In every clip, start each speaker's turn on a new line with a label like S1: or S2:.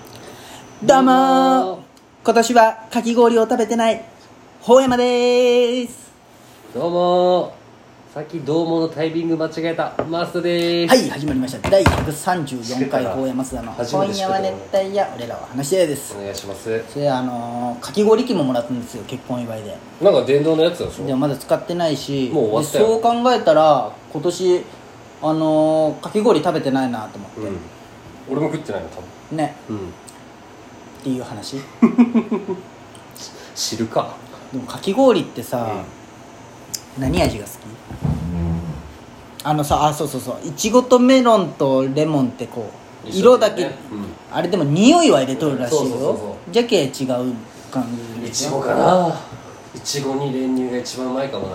S1: どうも
S2: どう
S1: ー
S2: も
S1: 今年はかき氷を食べてないほうやまでーす
S2: どうもーさっき「どうも」のタイミング間違えたマストでーす
S1: はい始まりました第134回ほうやますだの
S2: 初め
S1: 今
S2: て知っ
S1: 夜
S2: た
S1: は熱帯夜俺らは話し合いです
S2: お願いします
S1: それあのー、かき氷機ももらったんですよ結婚祝いで
S2: なんか電動のやつでし
S1: でも
S2: ょ
S1: まだ使ってないし
S2: もう終わったよ
S1: でそう考えたら今年あのー、かき氷食べてないなと思って、
S2: うん俺も食ってないの多
S1: ね
S2: 分うん
S1: っていう話
S2: 知るか
S1: でもかき氷ってさ、何味が好きあのさあそうそうそういちごとメロンとレモンってこう
S2: 一緒
S1: 色
S2: だ
S1: だ
S2: よ
S1: け、
S2: ねうん
S1: あれでも匂いは入れとるらしいよ
S2: そうそうそうそ
S1: じゃけ違う感じ
S2: い
S1: で
S2: ち
S1: し
S2: ご
S1: ょ
S2: かないちごに練乳が一番うまいかも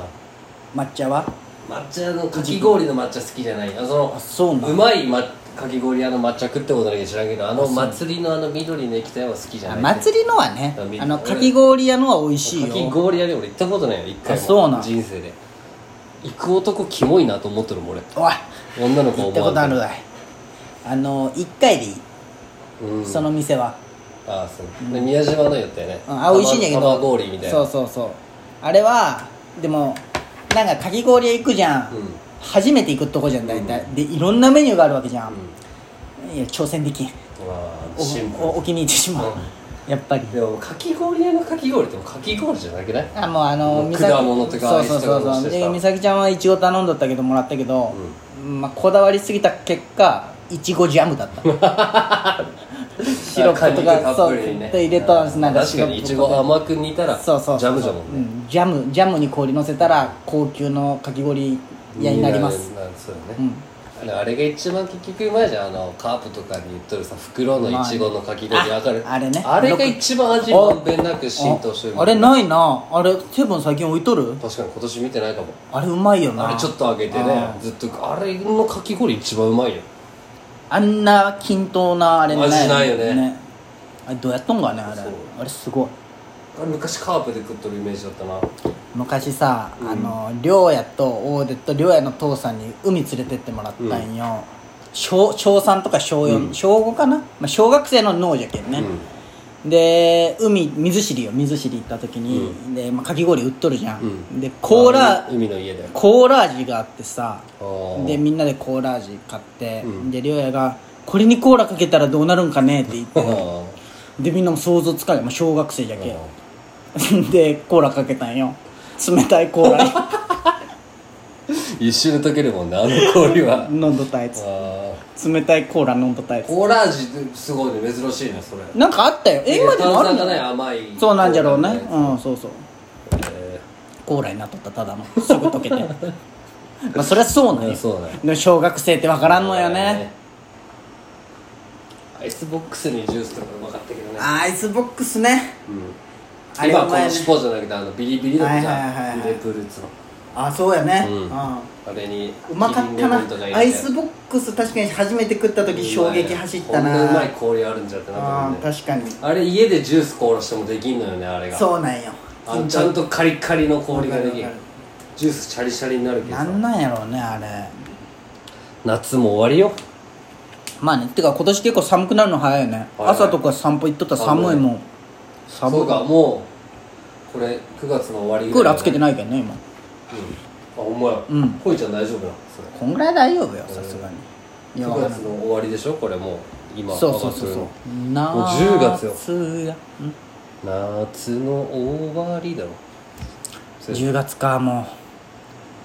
S2: な
S1: 抹茶は
S2: 抹茶のかき氷の抹茶好きじゃないあその
S1: あそうなの
S2: うまい、ま、かき氷屋の抹茶食ったことないけど知らんけどあの
S1: そう
S2: 祭りのあの緑の液体は好きじゃ
S1: あ
S2: ない
S1: 祭りのはね
S2: あみ
S1: あのかき氷屋のは美味しい
S2: かき
S1: よ
S2: 氷屋で俺行ったことないよ一回も
S1: あそうなん
S2: 人生で行く男キモいなと思ってるもん俺
S1: おい
S2: 女の子
S1: 行
S2: 思
S1: ったことある
S2: わん
S1: わいあの1回でいい、
S2: けどうん
S1: その店は、
S2: ああそう、で宮島のやったよね、
S1: うん、あ美味しいんだけど
S2: 玉氷みたいな
S1: そうそうそうあれはでもなんかかき氷屋行くじゃん、
S2: うん
S1: 初めて行くとこじゃん大体、でいろんなメニューがあるわけじゃん、いや挑戦できん
S2: うわあ
S1: お
S2: シンプル
S1: おお気に入ってしまう、やっぱり
S2: でもかき氷屋のかき氷ってもうかき氷じゃなくない
S1: あもうあの
S2: もう
S1: 美咲
S2: 果物とか
S1: そうそうそう
S2: アイスとかも
S1: そう
S2: して
S1: で
S2: さ
S1: 美咲ちゃんはいちご頼んだったけどもらったけど、まあ、こだわりすぎた結果いちごジャムだった シロップとか
S2: あ果肉たっ
S1: そう
S2: ぷ
S1: ず
S2: りに
S1: っ
S2: ね
S1: と入れたんですなんか
S2: 確かにいち
S1: シロップと
S2: ご
S1: か
S2: 甘く煮たら
S1: そうそう
S2: ジ
S1: そう
S2: ャムじゃもんね
S1: うんジャムジャムに氷のせたら高級のかき氷屋になります
S2: になるそうだね、
S1: うん
S2: あれあれが一番結局うまいじゃんあのカープとかに言っとるさ袋のいちごのかき氷
S1: まあ
S2: わかる
S1: ああれね
S2: あれが一番味
S1: お
S2: まんべんなく浸透してる
S1: ああれないなあれセブン最近置いとる
S2: 確かに今年見てないかも
S1: あれうまいよな
S2: あれちょっと揚げてね
S1: あ
S2: ずっとあれのかき氷一番うまいよ
S1: あんな均等なあれ
S2: 味ないよね
S1: あれどうやっとんかねあれ
S2: そう
S1: あれすごい
S2: あれ昔カープで食っとるイメージだったな
S1: 昔さ、あの亮也と大出と亮也の父さんに海連れてってもらったんよ、小小3とか小4、小5かな、まあ、小学生の脳じゃけんね、で海水知りよ水知り行った時に、でまあ、かき氷売っとるじゃん、
S2: う
S1: でコーラ
S2: あ海の家だよ
S1: コーラ味があってさ
S2: あー
S1: でみんなでコーラ味買って、
S2: うん
S1: で亮也が「これにコーラかけたらどうなるんかね」って言っ て
S2: あ ー
S1: でみんなも想像つかない、まあ、小学生じゃけ、 でコーラかけたんよ冷たいコーラに
S2: 一瞬で溶けるもんねあの氷は
S1: 飲んどったやつ
S2: あ
S1: 冷たいコーラ飲んどったや
S2: ー
S1: つ
S2: コーラ味ってすごいね珍しいねそれ
S1: なんかあったよえ今でもある
S2: 炭
S1: ん
S2: 酸
S1: だ
S2: がね
S1: よ
S2: 甘い
S1: そうなんじゃろうね
S2: コーラみたいな
S1: うんそうそう
S2: え
S1: コーラになっとったただのすぐ溶 けてまあそりゃそうなん
S2: ー
S1: よ
S2: あそうだね
S1: でも小学生って分からんのよね
S2: アイスボックスにジュースとかうまかったけどね
S1: アイスボックスね
S2: うん
S1: あれ
S2: 今
S1: は
S2: は
S1: う
S2: こ
S1: まい
S2: の
S1: ね
S2: シポじゃなくてあのビリビリのじ
S1: はいはいはいは
S2: ゃ
S1: い
S2: んグレープフルーツの
S1: あそうやね
S2: う
S1: うんん、
S2: あれに
S1: うまかっ
S2: キリ
S1: た
S2: ンレモ
S1: な
S2: ンとか入れて
S1: アイスボックス確かに初めて食った時衝撃走った
S2: こんなうま
S1: ない
S2: 氷あるんじゃってなったも
S1: あ
S2: ん
S1: ー
S2: ね
S1: 確かに
S2: あれ家でジュース凍らしてもできんのよねあれが
S1: そうなんよ
S2: あのちゃんとカリカリの氷ができ
S1: わかるわ
S2: る
S1: かる
S2: ジュースシャリシャリになるけど
S1: な
S2: さ
S1: んなんやろうねあれ
S2: 夏も終わりよ
S1: まあねてか今年結構寒くなるの早いよね、
S2: はい
S1: 朝とか散歩行っとったら寒いもん寒い
S2: そうかもうこれ9月の終わり
S1: クーラーつけて
S2: い
S1: ないけどね今
S2: あほんまや
S1: うん
S2: こいちゃん大丈夫なのそれ
S1: こんぐらい大丈夫よさすがにいや
S2: 9月の終わりでしょこれもう今
S1: そうそうそう
S2: 上がって
S1: そう
S2: もう
S1: 夏
S2: 10月よ
S1: やん
S2: るの夏の終わりだろそう
S1: 10月かも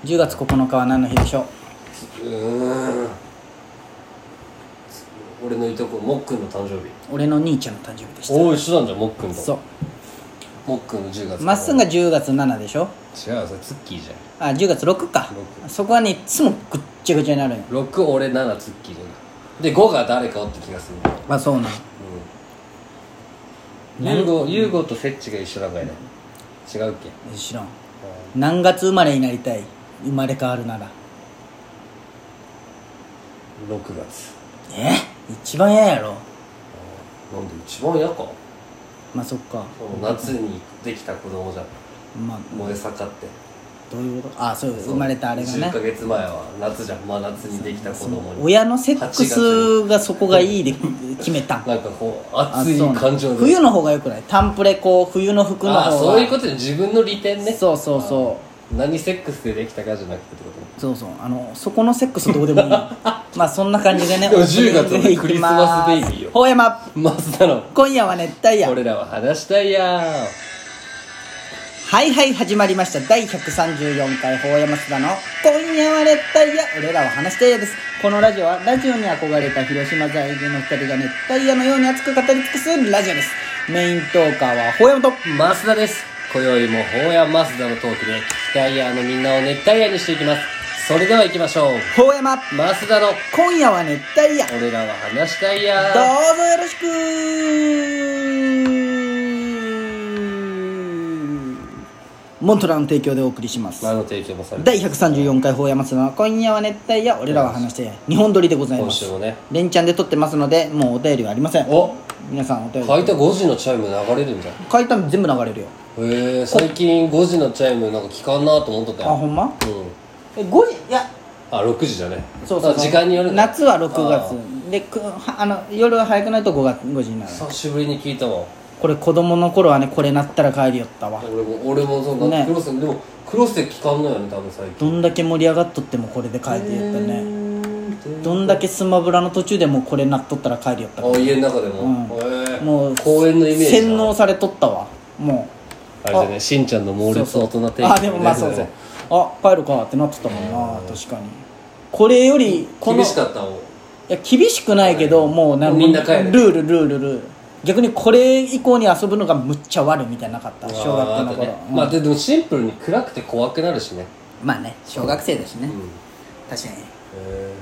S1: う10月9日は何の日でしょう
S2: うーん俺のいとこもっくんの誕生日
S1: 俺の兄ちゃんの誕生日でし
S2: おお一緒なんじゃんもっくん
S1: たそ
S2: もっくんの10月
S1: うまっすん
S2: 違う
S1: が10月7でしょ
S2: それツッキーじ
S1: あ10月6か
S2: 6
S1: そこはねいつもぐっちゃぐちゃになるんよ
S2: ゃん6俺7ツッキーじゃんで5が誰かおって気がする
S1: まあそうなん
S2: ユーゴユーゴとセッチが一緒だからね違うっけ
S1: 知らん何月生まれになりたい生まれ変わるなら
S2: 6月
S1: え一番嫌やろ
S2: なんで一番嫌か
S1: まあそっか
S2: 夏にできた子供じゃん
S1: まあ
S2: 燃え盛って
S1: どういうことあそう生まれたあれがね
S2: 10ヶ月前は夏じゃん真夏にできた子供に
S1: 親のセックスがそこがいいで決め たん
S2: なんかこう
S1: あ
S2: 熱い
S1: そうなの
S2: 感情で
S1: 冬の方がよくないタンプレこう冬の服の方
S2: あ
S1: が
S2: ーそういうことで自分の利点ね
S1: そうそうそ
S2: 何セックスでできたかじゃなくてってこと
S1: うそうそうあのそこのセックスどうでもい いまあそんな感じでね
S2: でも10月の
S1: 行きます
S2: クリスマスデイビーよ
S1: ほうやま
S2: マスタの
S1: 今夜は熱帯夜
S2: 俺らは話したいやー
S1: はいはい始まりました第134回法山須田の「今夜は熱帯夜俺らは話したいや」ですこのラジオはラジオに憧れた広島在住の2人が熱帯夜のように熱く語り尽くすラジオですメイントーカーは法山と
S2: マスダです今宵もホーヤマスダのトークで聞きたいやーのみんなを熱帯夜にしていきますそれでは行きましょう
S1: 法山
S2: マスダの
S1: 今夜は熱帯夜
S2: 俺らは話したいや
S1: ど
S2: ー
S1: うぞよろしくモントラの提供でお送りします
S2: 何の提供もされて
S1: 第134回法山津の今夜は熱帯夜俺らは話して日本撮りでございま
S2: 今
S1: す
S2: 週もね
S1: 連チャンで撮ってますのでもうお便りはありません
S2: お
S1: 皆さんお便り
S2: 書いた5時のチャイム流れるんじゃん
S1: 書いたの全部流れるよ
S2: へえ最近5時のチャイムなんか聞かんなと思っとった
S1: あ
S2: よ
S1: ほんま
S2: うん
S1: え5時いや
S2: あ6時じゃね
S1: そうそう
S2: あ時間によるんだ
S1: 夏は6
S2: あー
S1: 月でくはあの夜は早くないと5月5時になる
S2: 久しぶりに聞いたわ
S1: これ子供の頃はねこれなったら帰りよったわ
S2: 俺も俺もそう
S1: ね
S2: かクロスでもクロスで聞かんのよね多分最
S1: ど
S2: 近
S1: んだけ盛り上がっとってもこれで帰りよったね
S2: ね
S1: どんだけスマブラの途中でもうこれなっとったら帰りよったか
S2: あ家の中でも、へえ
S1: らもう
S2: 公園のイメージだ
S1: 洗脳されとったわもう
S2: あれじゃねしんちゃんの猛烈大人テイ
S1: あでもまあそうそうあ帰るかってなってたもんな確かにこれよりこの
S2: 厳しかったもん
S1: いや厳しくないけどもうなんか
S2: みんな帰
S1: ルー
S2: る
S1: ルルールルール逆にこれ以降に遊ぶのがむっちゃ悪いみたいななかった小学校
S2: あーあ
S1: の
S2: と
S1: 頃
S2: ね
S1: うん
S2: まあででもシンプルに暗くて怖くなるしね
S1: まあね小学生だしね
S2: うんへ
S1: 確かに
S2: え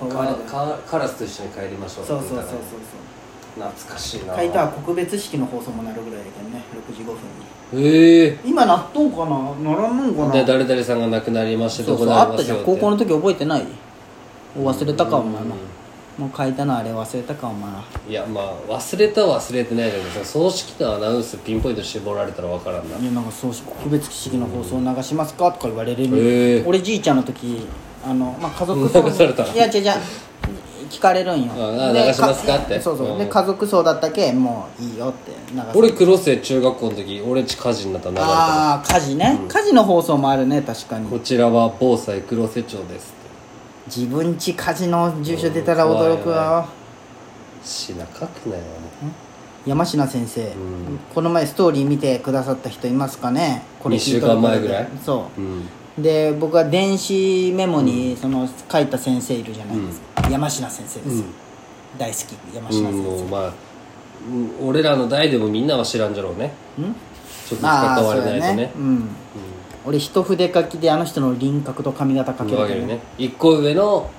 S1: これ
S2: カ
S1: は
S2: ラカカラスと一緒に帰りましょう
S1: そうそうそうそう
S2: って
S1: そう
S2: 言ったらね懐かしいな
S1: 書いたは告別式の放送もなるぐらいだけどね65分に
S2: へえ
S1: 今なっとんかなならんのんかな
S2: で誰々さんが亡くなりまして
S1: そ
S2: ど
S1: うそ
S2: こ
S1: う
S2: で
S1: あ
S2: り
S1: っ
S2: ま
S1: た
S2: す
S1: じ
S2: よ
S1: ゃん
S2: って
S1: 高校の時覚えてないお忘れたかお前
S2: う
S1: は
S2: ん
S1: もう書いたのあれ忘れたかお前はい
S2: やまあ忘れたは忘れてないけどさ葬式のアナウンスピンポイント絞られたら分からんない
S1: やなんかそうし告別式の放送流しますかとか言われるの
S2: へえ
S1: 俺じいちゃんの時あの、まあ、家族
S2: 流された
S1: いや違う違う聞かれるんよ
S2: ああ
S1: で
S2: 流しますかって
S1: そうそう、で
S2: うん
S1: 家族葬だったけもういいよって流す
S2: 俺クロスで中学校の時俺ち火事になったら流れた
S1: ああ火事ね、火事の放送もあるね確か
S2: こ
S1: に
S2: ちらは防災黒瀬町です
S1: 自分家火事の住所出たら驚くわ、
S2: しなかくないわ
S1: 山科先生、
S2: ん
S1: この前ストーリー見てくださった人いますかねこれ聞いたところで
S2: 二週間前ぐらい
S1: そうう、
S2: ん
S1: で僕は電子メモにその書いた先生いるじゃないですか、山科先生です、
S2: うん
S1: 大好き山科
S2: うん
S1: 先
S2: もう
S1: 生、
S2: まあうん俺らの代でもみんなは知らんじゃろうね
S1: ん
S2: ちょっと
S1: あ
S2: 関
S1: あそ
S2: われ
S1: うだ
S2: ないと
S1: ね
S2: ね
S1: うん俺一筆書きであの人の輪郭と髪型書
S2: うん
S1: ける
S2: わ
S1: け
S2: か
S1: ど
S2: るね一個上の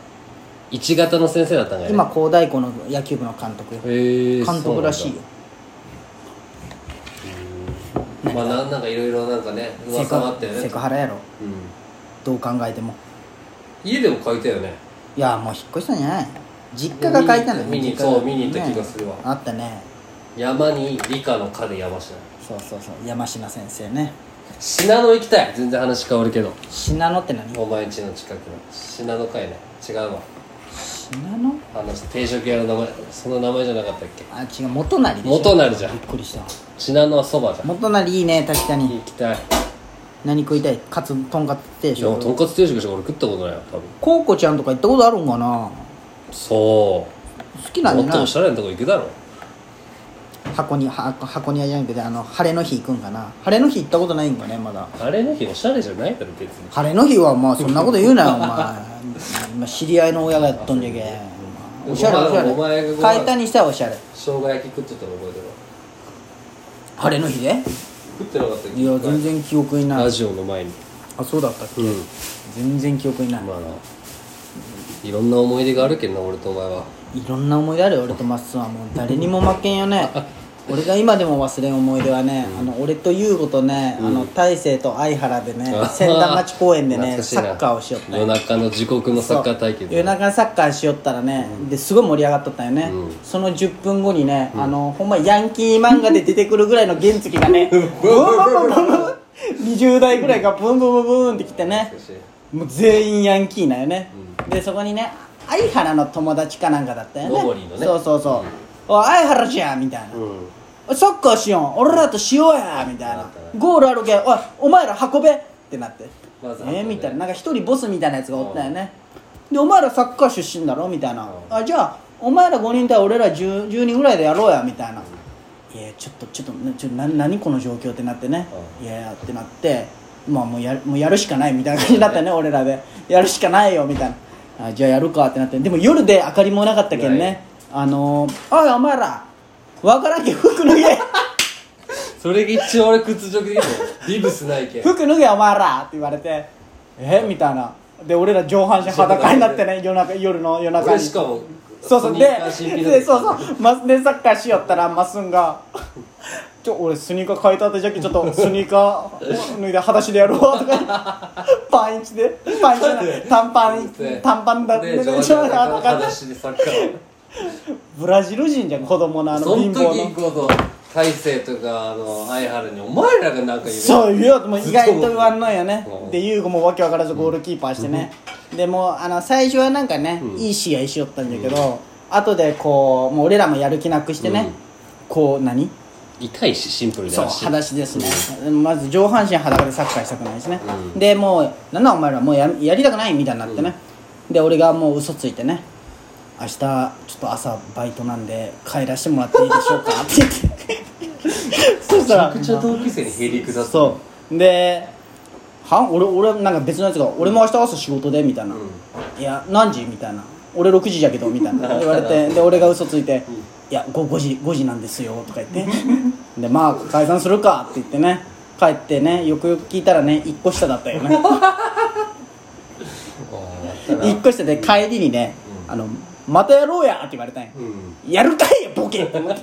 S2: 一型の先生だったんがね
S1: 今高大校の野球部の監督よ
S2: へえ
S1: 監督らしいよ
S2: まあなんなんかいろいろなんかね
S1: セク
S2: 噂もあ
S1: ハ
S2: ったよ
S1: セ
S2: ね
S1: クハラやろ
S2: うん
S1: どう考えても
S2: 家でも書いたよね
S1: いやもう引っ越したんじゃない実家が書いたのよ
S2: 見
S1: 実
S2: に
S1: 家が
S2: そう見に行った気がするわ
S1: ねあったね
S2: 山に理科の科で山科
S1: そうそうそう山科先生ね
S2: 信濃行きたい全然話変わるけど
S1: 信濃って何
S2: お前んちの近くの信濃かいね違うわ
S1: 信濃
S2: あの定食屋の名前その名前じゃなかったっけ
S1: あ違う元成でしょ
S2: 元成じゃん
S1: びっくりした
S2: 信濃はそばじゃん
S1: 元成いいね確かに
S2: 行きたい
S1: 何食いたいカツとんかつ定
S2: いやと
S1: 食
S2: んかつ定食しか俺食ったことないよ多分
S1: コウコちゃんとか行ったことあるんかな
S2: そ
S1: 好き
S2: う
S1: なん
S2: も
S1: で
S2: っと
S1: な
S2: おしゃれなとこ行くだろ
S1: 箱には箱庭じゃなくてあの晴れの日行くんかな晴れの日行ったことないんかねまだ
S2: あれの日おしゃれじゃないだろ別に
S1: 晴れの日はまあそんなこと言う なよお前今知り合いの親がやっとんじゃけ
S2: そう
S1: おしゃれ
S2: お前
S1: おしゃ
S2: お前が
S1: れ
S2: ご飯
S1: 変えたにしたらおしゃれ
S2: 生姜焼き食っとったの覚えてるわ
S1: 晴れの日で
S2: 食ってなかったっけ
S1: いや全然記憶にな
S2: ラ
S1: い
S2: ジオの前に
S1: あそうだったっけ
S2: うん
S1: 全然記憶にない
S2: まあいろんな思い出があるけんな俺とお前はい
S1: ろんな思い出あるよ俺とマッスンはもう誰にも負けんよ ね俺が今でも忘れん思い出はね、あの俺と優吾とね、あの大勢と相原でね千駄町公園でね
S2: 懐かしい
S1: サ
S2: な
S1: ッカーをしよったんよ
S2: 夜中の時刻のサッカー対決
S1: そう夜中サッカーしよったらね、ですごい盛り上がっとったよね、
S2: うん
S1: その10分後にね、あのほんまヤンキー漫画で出てくるぐらいの原付がねブンブンブンブンブン20代ぐらいがブンブンブンブンって来てね
S2: 美しい
S1: もう全員ヤンキーなんよね、でそこにね相原の友達かなんかだったよね
S2: ゴブリンのね
S1: そうそうそう「おい相原じゃん」みたいな、
S2: うん
S1: おいサッカーしよん俺らとしようやみたいなゴールあるけんおいお前ら運べってなって、
S2: まず運べ
S1: えーみたいななんか一人ボスみたいなやつがおったよねでお前らサッカー出身だろみたいな
S2: うん
S1: あじゃあお前ら5人対俺ら 10, 10人ぐらいでやろうやみたいないやちょっとちょっとなちょな何この状況ってなってねいやいやってなってまあもうやるもうやるしかないみたいな感じだったよね俺らでやるしかないよみたいなあじゃあやるかってなってでも夜で明かりもなかったけん
S2: な
S1: ね
S2: い
S1: あのー、おいお前らわからんけん服脱 げ
S2: それが一応俺屈辱的だよビブスないけん
S1: 服脱げお前らって言われてえみたいなで俺ら上半身裸になってね夜中夜の夜中
S2: 俺
S1: に
S2: しかも
S1: そうそうで
S2: 新品
S1: でそうそうマスでサッカーしよったらマスンが「ちょ俺スニーカー変えたってじゃけちょっとスニーカー脱いで裸足でやろう」とかパンイチでパンイチじゃない短パン短パンだっ
S2: で
S1: て
S2: ジョ
S1: 上
S2: ージャン
S1: 半
S2: の
S1: 身裸足
S2: 話でサッカー
S1: ブラジル人じゃん子供のあの
S2: そ
S1: 貧
S2: の
S1: 乏の
S2: 時こそ大勢とかあの相原にお前らがなんか言う
S1: そう言うよもう意外と言わんのよね
S2: うん
S1: で優吾もわけわからずゴールキーパーしてね、でもうあの最初はなんかね、いい試合しよったんだけど、後でこうもう俺らもやる気なくしてね、
S2: うん
S1: こう何
S2: 痛いしシンプル
S1: そう
S2: だ
S1: 裸足ですね、まず上半身裸でサッカーしたくないしね、でもう「なんだお前らもうややりたくない」みたいになってね、で俺がもう嘘ついてね「明日ちょっと朝バイトなんで帰らせてもらっていいでしょうか」って言ってそし
S2: めち
S1: た
S2: ゃ
S1: ら
S2: くちゃ同級生にへりくだった
S1: そうで「は俺俺なんか別のやつが俺も明日朝仕事で」みたいな「いや何時?」みたいな「俺6時じゃけど」みたい な言われてで俺が嘘ついて「いや 5, 時5時なんですよ」とか言って「でまあ解散するか」って言ってね帰ってねよくよく聞いたらね1個下だったよ ね
S2: うん
S1: 1個下で帰りにね「あのまたやろうや」って言われたんや
S2: うん
S1: やるかいやボケって思って